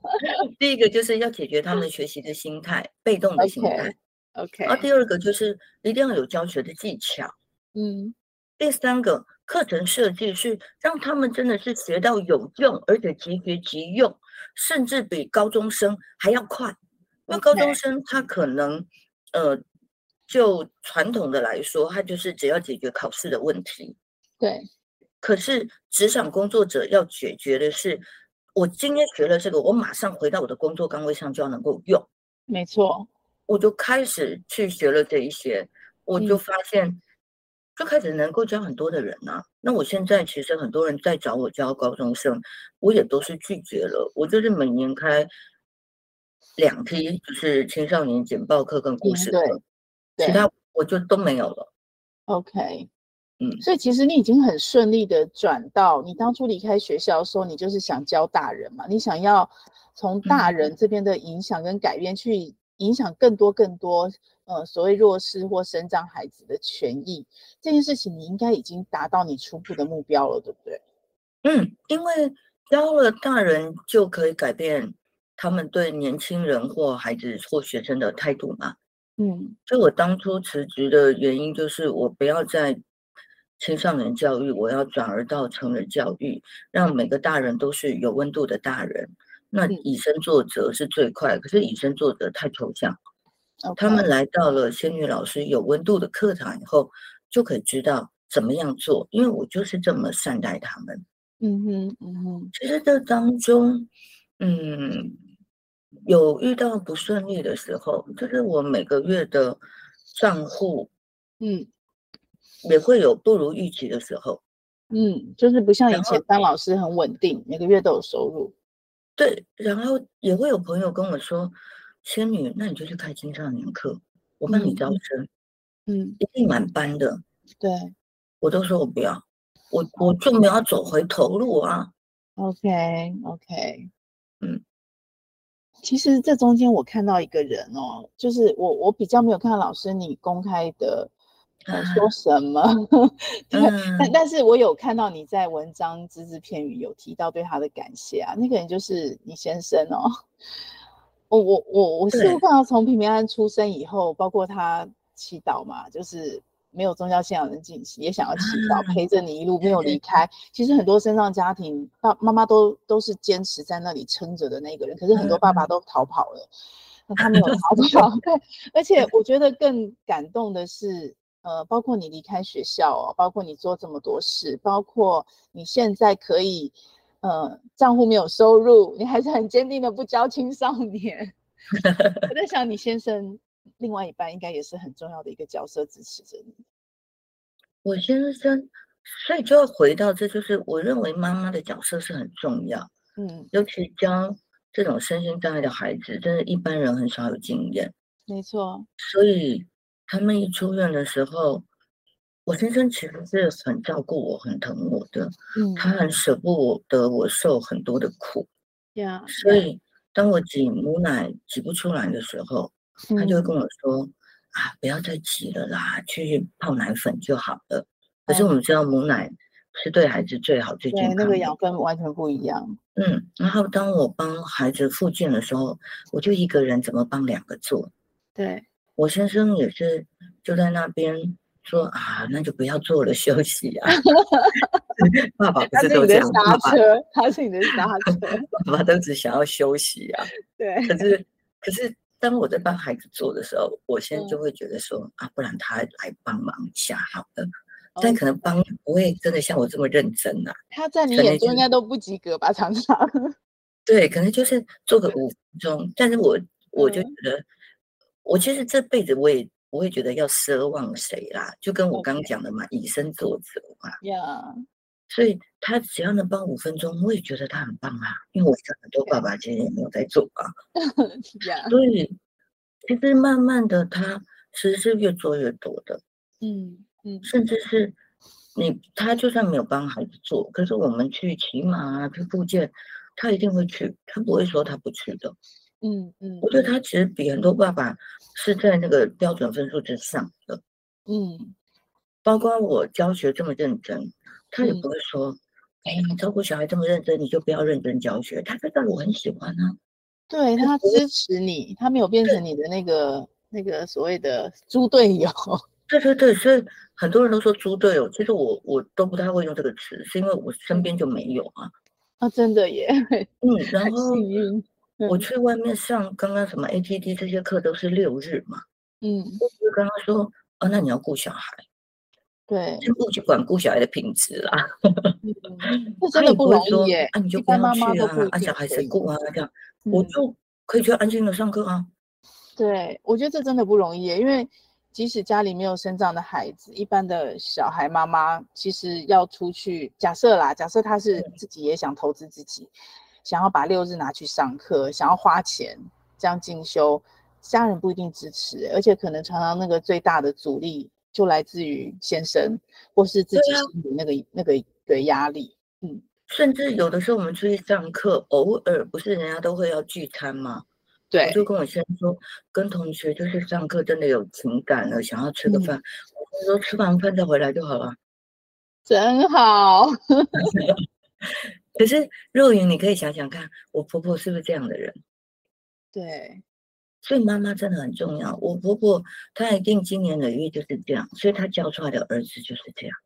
第一个就是要解决他们学习的心态，被动的心态 OK，OK，然后第二个就是一定要有教学的技巧，嗯第三个课程设计是让他们真的是学到有用，而且即学即用，甚至比高中生还要快。因为高 OK 中生他可能呃，就传统的来说，他就是只要解决考试的问题，对，可是职场工作者要解决的是，我今天学了这个，我马上回到我的工作岗位上就要能够用，没错，我就开始去学了这一些，我就嗯发现，就开始能够教很多的人啊。那我现在其实很多人在找我教高中生，我也都是拒绝了。我就是每年开两批，就是青少年简报课跟故嗯事对课，对其他我就都没有了。 ，OK，嗯所以其实你已经很顺利的转到你当初离开学校的时候，你就是想教大人嘛，你想要嗯从大人这边的影响跟改变去影响更多更多，呃，所谓弱势或生长孩子的权益这件事情，你应该已经达到你初步的目标了，对不对？嗯，因为教了大人就可以改变他们对年轻人或孩子或学生的态度嘛。嗯所以我当初辞职的原因就是我不要在青少年教育，我要转而到成人教育，让每个大人都是有温度的大人。那嗯以身作则是最快，可是以身作则太抽象，他嗯们来到了仙女老师有温度的课堂以后，就可以知道怎么样做，因为我就是这么善待他们。嗯哼，嗯哼，其实这当中，嗯，有遇到不顺利的时候，就是我每个月的账户嗯也会有不如预期的时候。嗯，就是不像以然后前当老师很稳定，每个月都有收入。对，然后也会有朋友跟我说：“仙女，那你就去开青少年课，我帮你嗯招嗯生，嗯，一定满班的。对”我都说我不要，我哦我就没有走回头路啊。 ，OK OK，嗯。其实这中间我看到一个人哦，就是我我比较没有看到老师你公开的呃说什么，对，但啊嗯，但是我有看到你在文章只字片语有提到对他的感谢啊，那个人就是你先生哦。我我我我是对看到从平平安安出生以后，包括他祈祷嘛，就是没有宗教信仰的人进行，也想要祈祷，啊陪着你一路没有离开。其实很多身上家庭爸妈妈都都是坚持在那里撑着的那个人，可是嗯很多爸爸都逃跑了，那他没有逃跑。 对，而且我觉得更感动的是，呃，包括你离开学校哦，包括你做这么多事，包括你现在可以，呃，账户没有收入，你还是很坚定的不教青少年。 我在想，你先生另外一半应该也是很重要的一个角色支持着你。我先生，所以就要回到这，就是我认为妈妈的角色是很重要，嗯，尤其教这种身心障碍的孩子，真的一般人很少有经验。没错。所以他们一出院的时候，我先生其实是很照顾我、很疼我的，嗯，他很舍不得我受很多的苦。呀，所以当我挤母奶挤不出来的时候，他嗯就会跟我说：“啊，不要再挤了啦，去泡奶粉就好了。”可是哦我们知道母奶是对孩子最好、最健对康那个的。养分完全不一样。嗯，然后当我帮孩子复健的时候，我就一个人怎么帮两个做？ 对，我先生也是就在那边说啊，那就不要做了，休息 啊。爸爸不他是是都你这的样，爸刹爸车，他是你的刹车。 爸爸都只想要休息啊。对，可是可是当我在帮孩子做的时候，我先生就会觉得说啊，不然他来帮忙一下好了。但可能帮不会真的像我这么认真啊。他在你可能眼中就应该都不及格吧？常常。对，可能就是做个五分钟，但是我我就觉嗯得，我其实这辈子我也不会觉得要奢望谁啦，就跟我刚 OK 讲的嘛，以身作则嘛。呀，所以他只要能帮五分钟，我也觉得他很棒啊。因为我想很多爸爸其实也没有在做啊， 呀，所以其实慢慢的他其实是越做越多的，嗯嗯，甚至是你他就算没有帮孩子做，可是我们去骑马啊，去复健，他一定会去，他不会说他不去的。嗯嗯，我觉得他其实比很多爸爸是在那个标准分数之上的，嗯包括我教学这么认真，他也不嗯会说。哎，你照顾小孩这么认真，你就不要认真教学。他知道我很喜欢啊，对他他不会支持你，他没有变对成你的那个那个所谓的猪队友。 对对对，所以很多人都说猪队友，其实我我都不太会用这个词，是因为我身边就没有啊。啊，真的耶，嗯，然很后幸运。我嗯去外面上刚刚什么 ATD 这些课都是六日嘛，嗯，我就跟他说，哦，那你要顾小孩，对，先不去管顾小孩的品质啦。他嗯这真也的不会容说易耶。啊，你就一不般要妈去妈都不啊一，啊，定小孩可谁以顾啊？这样我嗯就可以去安静的上课啊。对，我觉得这真的不容易耶，因为即使家里没有生长的孩子，一般的小孩妈妈其实要出去，假设啦，假设她是自己也想投资自己，想要把六日拿去上课，想要花钱这样进修，家人不一定支持，而且可能常常那个最大的阻力就来自于先生或是自己对啊心里那个那个对压力。嗯，甚至有的时候我们出去上课，偶尔不是人家都会要聚餐吗？对我，就跟我先生说，跟同学就是上课真的有情感了，想要吃个嗯饭，我就说吃完饭再回来就好了。真好， 可是若云，你可以想想看，我婆婆是不是这样的人？对，所以妈妈真的很重要。我婆婆她一定经年累月就是这样，所以她教出来的儿子就是这样。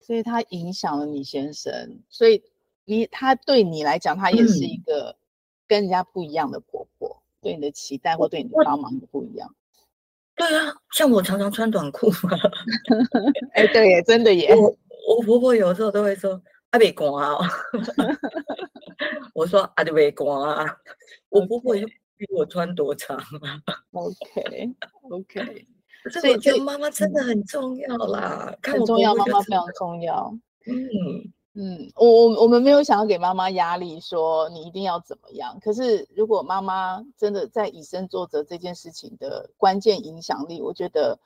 所以他影响了你先生，所以你他对你来讲，他也嗯是一个跟人家不一样的婆婆，对你的期待或对你的我帮忙也不一样。对啊，像我常常穿短裤嘛，哎、对耶，真的 耶，我我婆婆有时候都会说阿北光 啊哦，我说阿就北光啊， 我婆婆也比我穿多长啊， OK OK，所所以以我觉这得妈妈真的很重要啦，看很我重婆要，婆妈就妈知非常重要。嗯，嗯，我我我们没有想要给妈妈压力，说你一定要怎么样。可是如果妈妈真的在以身作则这件事情的关键影响力，我觉得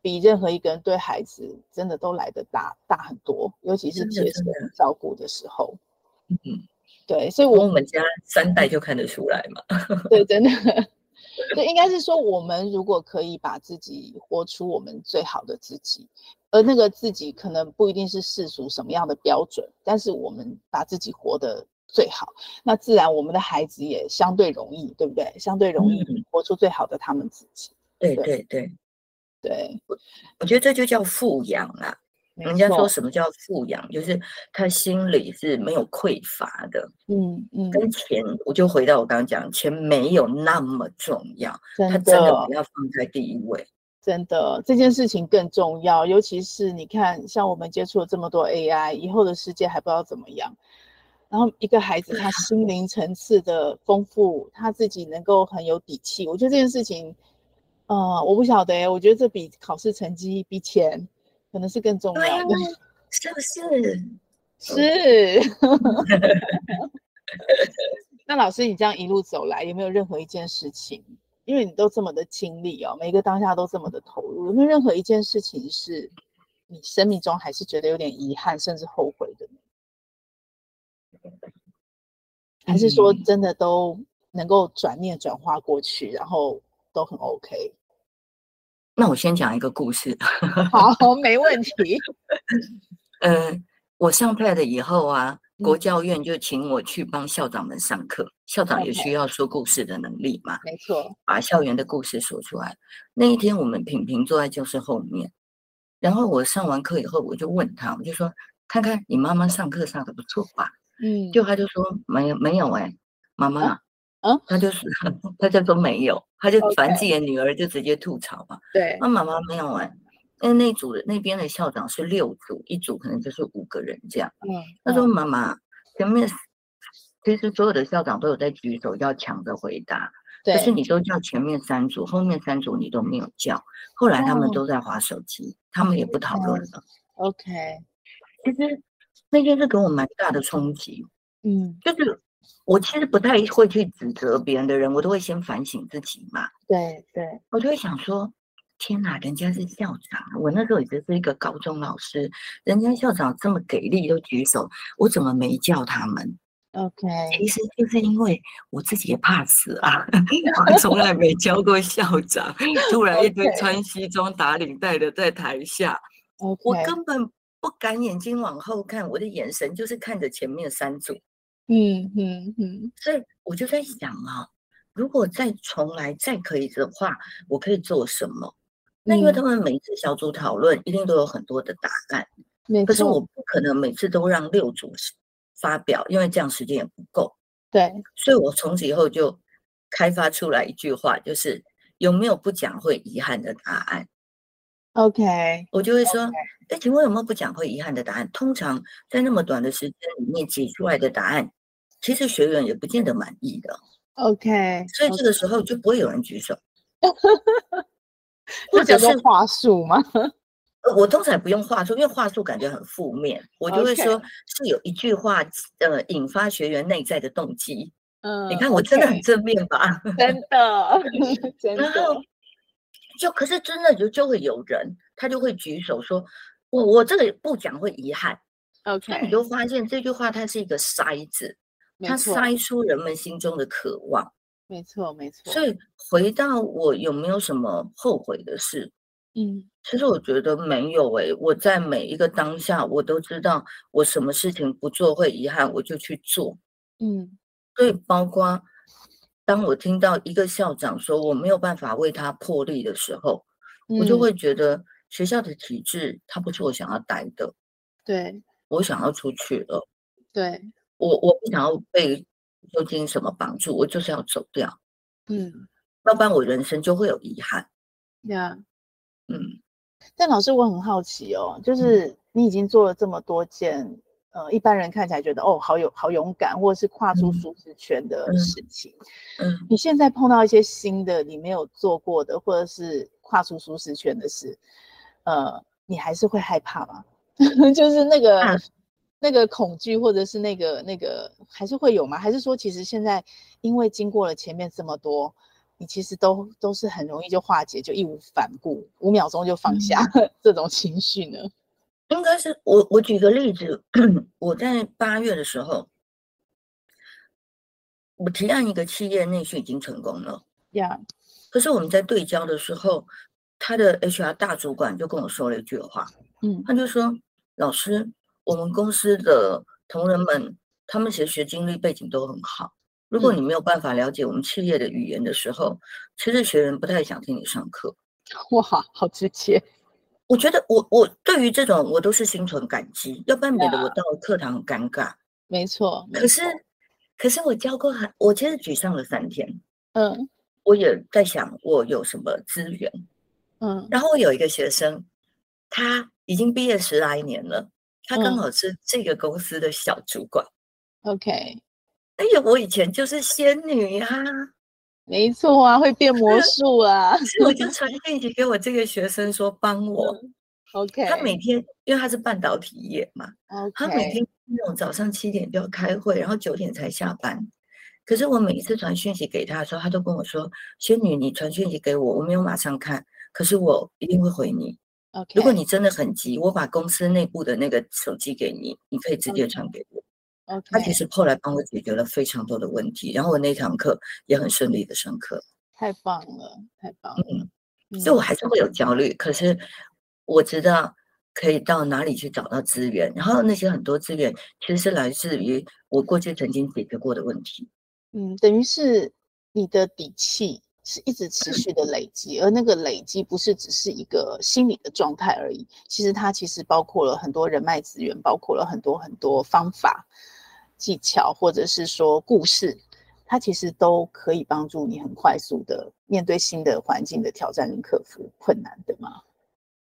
比任何一个人对孩子真的都来得大大很多，尤其是真的贴真身照顾的时候。嗯，对，所以从我我们家三代就看得出来嘛，对，真的， 对，应该是说，我们如果可以把自己活出我们最好的自己，而那个自己可能不一定是世俗什么样的标准，但是我们把自己活得最好，那自然我们的孩子也相对容易，对不对？相对容易嗯活出最好的他们自己。对对对对，对，我觉得这就叫富养啦。没人家说错什么叫富养，就是他心里是没有匮乏的，嗯嗯，跟钱，我就回到我刚刚讲，钱没有那么重要，真他的真的不要放在第一位。真的，这件事情更重要，尤其是你看，像我们接触了这么多 AI，以后的世界还不知道怎么样。然后一个孩子啊他心灵层次的丰富，他自己能够很有底气，我觉得这件事情，呃，我不晓得耶，我觉得这比考试成绩、比钱，可能是更重对呀、啊要的。是不是？ 是。 那老师，你这样一路走来，有没有任何一件事情，因为你都这么的经历哦，每一个当下都这么的投入，有没有任何一件事情是你生命中还是觉得有点遗憾，甚至后悔的呢？还是说嗯真的都能够转念转化过去，然后都很 OK？ 那我先讲一个故事。好，没问题。嗯，我上 Pad 以后啊，国嗯教院就请我去帮校长们上课，校长也 OK 需要说故事的能力嘛，没错，把校园的故事说出来。那一天我们品评坐在教室后面，然后我上完课以后，我就问他，我就说：“看看你妈妈上课上的不错吧？”嗯，就他就说没有没有哎、妈妈，啊哦他就是 他就说没有，他就反正 OK 自己的女儿就直接吐槽嘛，对啊妈妈没有哎、因为那组的那边的校长是六组，一组可能就是五个人这样。嗯，他说嗯妈妈，前面其实所有的校长都有在举手要抢着回答，可是对，你都叫前面三组，后面三组你都没有叫。后来他们哦嗯都在划手机，他们也不讨论了。 OK，其实那件事给我蛮大的冲击，嗯，就是我其实不太会去指责别人的人，我都会先反省自己嘛。对对，我就会想说，天哪，人家是校长啊，我那时候也只是一个高中老师，人家校长这么给力都举手，我怎么没叫他们？ OK，其实就是因为我自己也怕死啊， 我从来没教过校长，突然一堆 OK 穿西装打领带的在台下， OK，我根本不敢眼睛往后看，我的眼神就是看着前面三组。嗯嗯嗯，所以我就在想啊，如果再重来再可以的话，我可以做什么？那因为他嗯们每一次小组讨论一定都有很多的答案，没可是错我不可能每次都让六组是发表，因为这样时间也不够。对，所以我从此以后就开发出来一句话，就是有没有不讲会遗憾的答案？ OK，我就会说，哎，请问有没有不讲会遗憾的答案？通常在那么短的时间里面挤出来的答案，其实学员也不见得满意的。 OK，所以这个时候就不会有人举手，这或叫者做是话术吗？呃我通常也不用话术，因为话术感觉很负面，我就会 OK 说是有一句话，呃，引发学员内在的动机。嗯，你看我真的很正面吧？ 真的真然后的，就可是真的就就会有人，他就会举手说，我我这个不讲会遗憾，所以你 OK，就发现这句话它是一个筛子，没它错，筛出人们心中的渴望。没错，没错，所以回到我有没有什么后悔的事？嗯其实我觉得没有诶、我在每一个当下，我都知道我什么事情不做会遗憾，我就去做。嗯所以包括当我听到一个校长说我没有办法为他破例的时候，我就嗯会觉得学校的体制它不是我想要待的，对我想要出去了，对，我我不想要被究竟什么绑住，我就是要走掉，嗯要不然我人生就会有遗憾。呀、嗯，但老师，我很好奇哦，就是你已经做了这么多件，呃，一般人看起来觉得哦，好有好勇敢，或者是跨出嗯舒适圈的嗯事情。嗯你现在碰到一些新的你没有做过的，或者是跨出舒适圈的事，呃，你还是会害怕吗？ 就是那个、啊那个恐惧，或者是那个那个，还是会有吗？还是说，其实现在因为经过了前面这么多，你其实都都是很容易就化解，就义无反顾，五秒钟就放下、 这种情绪呢？应该是我我举个例子，我在八月的时候，我提案一个企业内训已经成功了，呀可是我们在对焦的时候，他的 HR 大主管就跟我说了一句话，嗯他就说：“老师，我们公司的同仁们，他们其实学经历背景都很好。如果嗯你没有办法了解我们企业的语言的时候，其实学员不太想听你上课。”哇，好直接，我觉得我我对于这种我都是心存感激，要不然免得我呀到了课堂很尴尬。没错，没可是错，可是我教过很，我其实沮丧了三天，嗯我也在想我有什么资源。嗯然后我有一个学生，他已经毕业十来年了，他刚嗯好是这个公司的小主管。 ，OK，哎呀，我以前就是仙女啊呀、没错啊，会变魔术啊所以我就传讯息给我这个学生说帮我。 ，OK，他每天，因为他是半导体业嘛， OK，他每天那种早上七点就要开会，然后九点才下班。可是我每一次传讯息给他的时候，他都跟我说：“仙女，你传讯息给我，我没有马上看，可是我一定会回你。 OK，如果你真的很急，我把公司内部的那个手机给你，你可以直接传给我。”他 OK，其实后来帮我解决了非常多的问题，然后我那堂课也很顺利的上课。太棒了，太棒了，嗯，嗯所以我还是会有焦虑，可是我知道可以到哪里去找到资源，然后那些很多资源其实是来自于我过去曾经解决过的问题。嗯，等于是你的底气是一直嗯持续的累积，而那个累积不是只是一个心理的状态而已，其实它其实包括了很多人脉资源，包括了很多很多方法、技巧，或者是说故事，它其实都可以帮助你很快速的面对新的环境的挑战跟克服困难的嘛。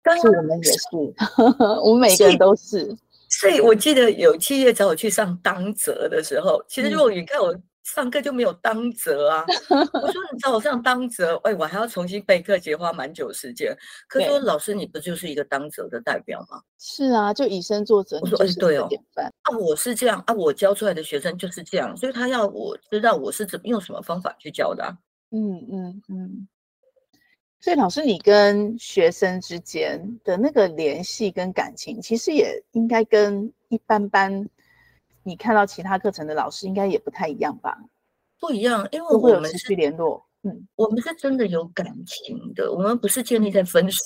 当所以然，我们也是， 我们每是个人都是，所以我记得有企业找我去上当责的时候，其实嗯若雨看我上课就没有当责 啊，我说你找我上当责，哎，我还要重新备课，其实花蛮久时间。可是对说老师，你不就是一个当责的代表吗？是啊，就以身作则，我你说就哎是对一个哦典范。啊，我是这样啊，我教出来的学生就是这样，所以他要我知道我是怎么用什么方法去教的啊、嗯嗯嗯。所以老师，你跟学生之间的那个联系跟感情，其实也应该跟一般般你看到其他课程的老师应该也不太一样吧？不一样，因为都会哦我有们持续是，联络。 嗯我们是真的有感情的，我们不是建立在分数，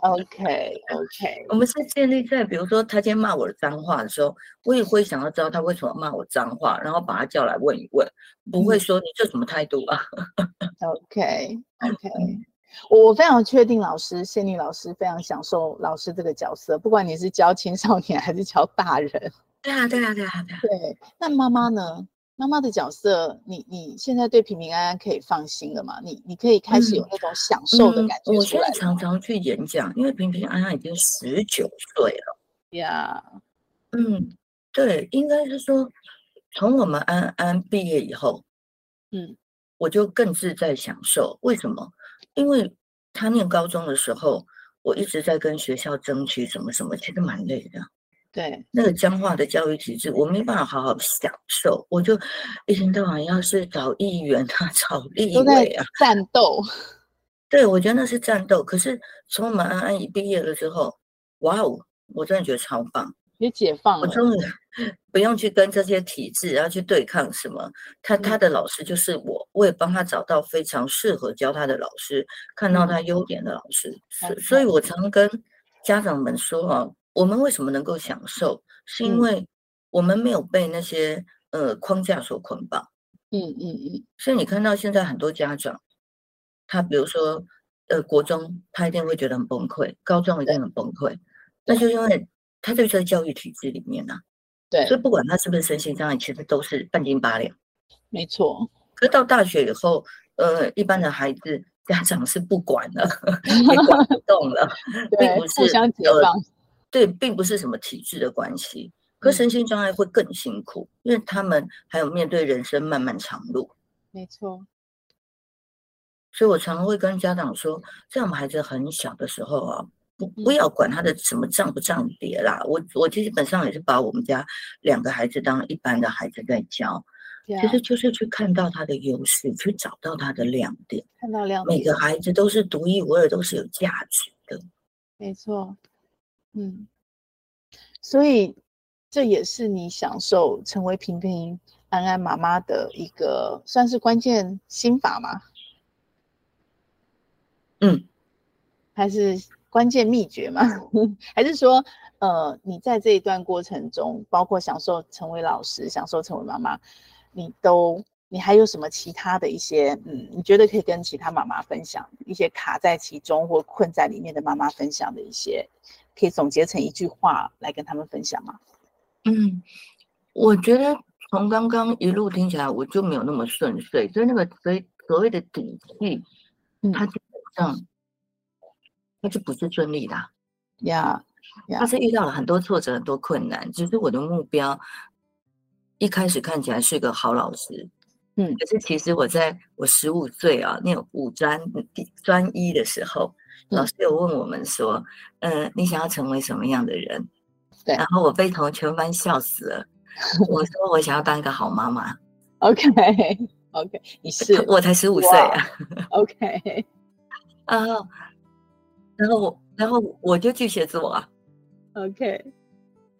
，OK OK，我们是建立在，比如说他今天骂我的脏话的时候，我也会想要知道他为什么骂我脏话，然后把他叫来问一问，不会嗯说你这什么态度啊？ OK 嗯 OK，我我非常确定老师谢丽老师非常享受老师这个角色，不管你是教青少年还是教大人。对啊，对啊，对啊，对啊。对，那妈妈呢？妈妈的角色，你你现在对平平安安可以放心了吗？你你可以开始有嗯那种享受的嗯感觉我出现来在了哦常吗常去演讲，因为平平安安已经十九岁了。呀？嗯，对，应该是说，从我们安安毕业以后，嗯我就更自在享受。为什么？因为他念高中的时候，我一直在跟学校争取什么什么，其实蛮累的。对，那个僵化的教育体制，我没办法好好享受，我就一天到晚要是找议员啊， 找立都在委啊，战斗。对我觉得那是战斗。可是从我们安安一毕业了之后，哇哦，我真的觉得超棒。也解放我了，终于不用去跟这些体制，啊然后去对抗什么。他他嗯的老师就是我，我也帮他找到非常适合教他的老师，看到嗯他优点的老师。所好所以，我常跟家长们说啊，我们为什么能够享受，是因嗯为我们没有被那些呃框架所捆绑。嗯嗯所以你看到现在很多家长，他比如说，呃，国中他一定会觉得很崩溃，高中一定很崩溃，那就因为他就在教育体制里面呐、啊对所以不管他是不是身心障碍，其实都是半斤八两。没错，可是到大学以后，呃，一般的孩子家长是不管了，也管不动了，并对，不互是相解呃放，对，并不是什么体制的关系。可嗯身心障碍会更辛苦，因为他们还有面对人生漫漫长路。没错，所以我常常会跟家长说，在我们孩子很小的时候啊，不不嗯要管他的什么账不账别啦。我我基本上也是把我们家两个孩子当一般的孩子在教，对其啊实就是去看到他的优势，去找到他的亮点。看到亮每点，个孩子都是独一无二，都是有价值的。没错，嗯，所以这也是你享受成为平平安安妈妈的一个算是关键心法吗？嗯，还是关键秘诀吗？ 还是说，呃，你在这一段过程中，包括享受成为老师，享受成为妈妈，你都你还有什么其他的一些，嗯，你觉得可以跟其他妈妈分享一些卡在其中或困在里面的妈妈分享的一些，可以总结成一句话来跟他们分享吗？嗯，我觉得从刚刚一路听起来，我就没有那么顺遂，所以那个所以所谓的底气，嗯它基本上它就不是顺利的啊、呀、他是遇到了很多挫折、很多困难，只是我的目标一开始看起来是个好老师，嗯可是其实我在我十五岁啊，念五专嗯第专一的时候，老嗯师有问我们说，嗯、你想要成为什么样的人？对 然后我被同全班笑死了。我说我想要当一个好妈妈， o k o k 你是我才十五岁哇啊， OK，然后，然后我，然后我就巨蟹座啊， OK，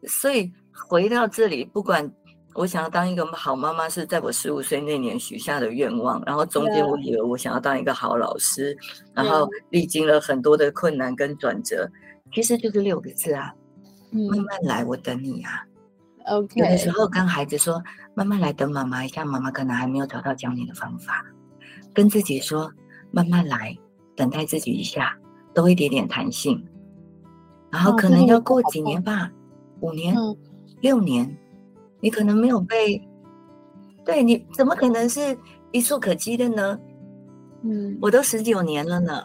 所以回到这里，不管我想要当一个好妈妈，是在我十五岁那年许下的愿望。然后中间我以为我想要当一个好老师，然后历经了很多的困难跟转折，其实就是六个字啊，慢嗯慢来，我等你啊。 ，OK，有的时候跟孩子说，慢慢来，等妈妈一下，妈妈可能还没有找到教你的方法。跟自己说，慢慢来，等待自己一下，多一点点弹性。然后哇可这能要个我觉得过好几棒年吧，五年、嗯，六年，你可能没有被，对你怎么可能是一触可及的呢？嗯，我都十九年了呢，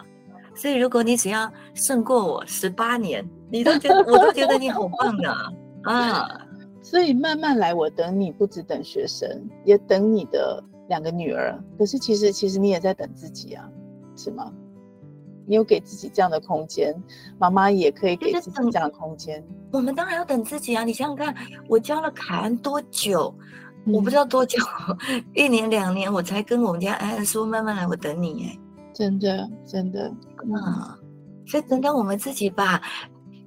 所以如果你只要胜过我十八年，你都觉得我都觉得你好棒啊啊！所以慢慢来，我等你，不只等学生，也等你的两个女儿。可是其实，其实你也在等自己啊，是吗？你有给自己这样的空间，妈妈也可以就给是自己等这样的空间。我们当然要等自己啊！你想想看，我教了凯恩多久？我不知道，道多久， 一年两年，我才跟我们家安安说慢慢来，我等你哎、嗯真的，真的，嗯，啊，所以等等我们自己吧，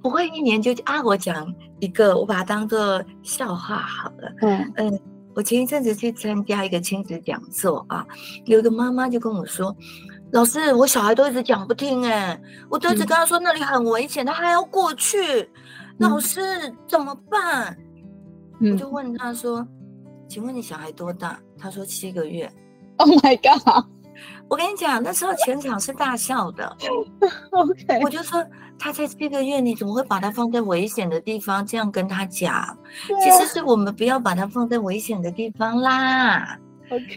不会一年就啊，我讲一个，我把它当做笑话好了。嗯我前一阵子去参加一个亲子讲座啊，有一个妈妈就跟我说：“老师，我小孩都一直讲不听、欸，哎，我都一直嗯跟他说那里很危险，他还要过去，老嗯师怎么办？”我嗯就问他说：“请问你小孩多大？”他说：“七个月。 ，Oh my 我跟你讲，那时候全场是大笑的。 God，OK，我就说他才七个月，你怎么会把他放在危险的地方？这样跟他讲，其啊实是我们不要把他放在危险的地方啦。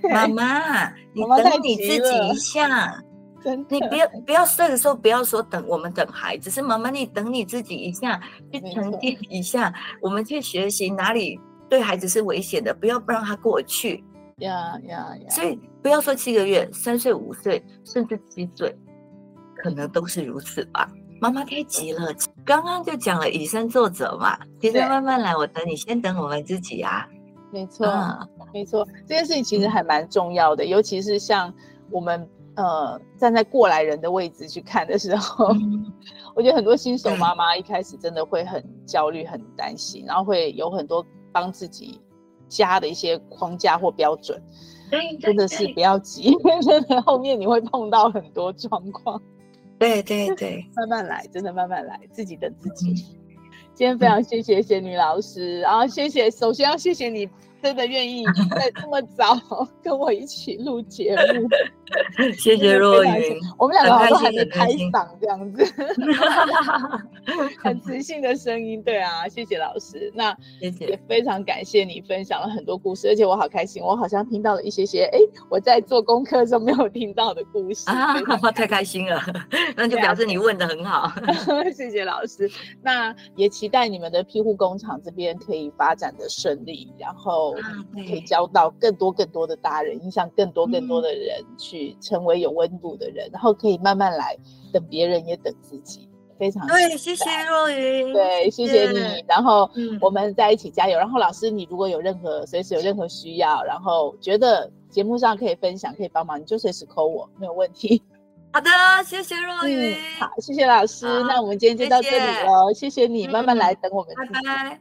妈 OK，妈，你妈妈太等你急自己了一 下，真你的不要不要这个时候不要说等我们等孩子，是妈妈你等你自己一下，去没沉错淀一下，我们去学习哪里对孩子是危险的，不要让他过去。呀呀呀，所以不要说七个月，三岁、五岁，甚至七岁，可能都是如此吧。妈妈太急了，刚刚就讲了以身作则嘛。其实对慢慢来，我等你，先等我们自己啊。没错。啊，没错，这件事情其实嗯还蛮重要的，尤其是像我们呃站在过来人的位置去看的时候，嗯我觉得很多新手对妈妈一开始真的会很焦虑、很担心，然后会有很多帮自己加的一些框架或标准， 对，真的对是不要急， 因为真的后面你会碰到很多状况，对对对，慢慢来，真的慢慢来，自己等自己。嗯今天非常谢谢仙女老师，然后谢谢，首先要谢谢你真的愿 意在这么早跟我一起录节目，谢谢若非常云，我们两个好像都还很没开开心嗓这样子，很磁性的声音，对啊，谢谢老师。那 谢也谢，非常感谢你分享了很多故事，而且我好开心，我好像听到了一些些，哎，我在做功课的时候没有听到的故事啊非常，太开心了， 那就对啊表示你问的很好。 谢谢老师，那也期待你们的庇护工厂这边可以发展的顺利，然后啊可以对嗯教到更多更多的大人，影响更多更多的人去成为有温度的人，然后可以慢慢来，等别人也等自己，非常对，谢谢若云，啊对，谢谢你，然后。嗯，我们在一起加油。然后老师，你如果有任何随时有任何需要，然后觉得节目上可以分享、可以帮忙，你就随时 call 我，没有问题。好的，谢谢若云，嗯好，谢谢老师，好那我们今天就到这里喽，谢谢你，慢慢嗯来，等我们拜自己。拜，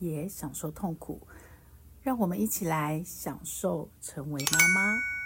也享受痛苦。让我们一起来享受成为妈妈。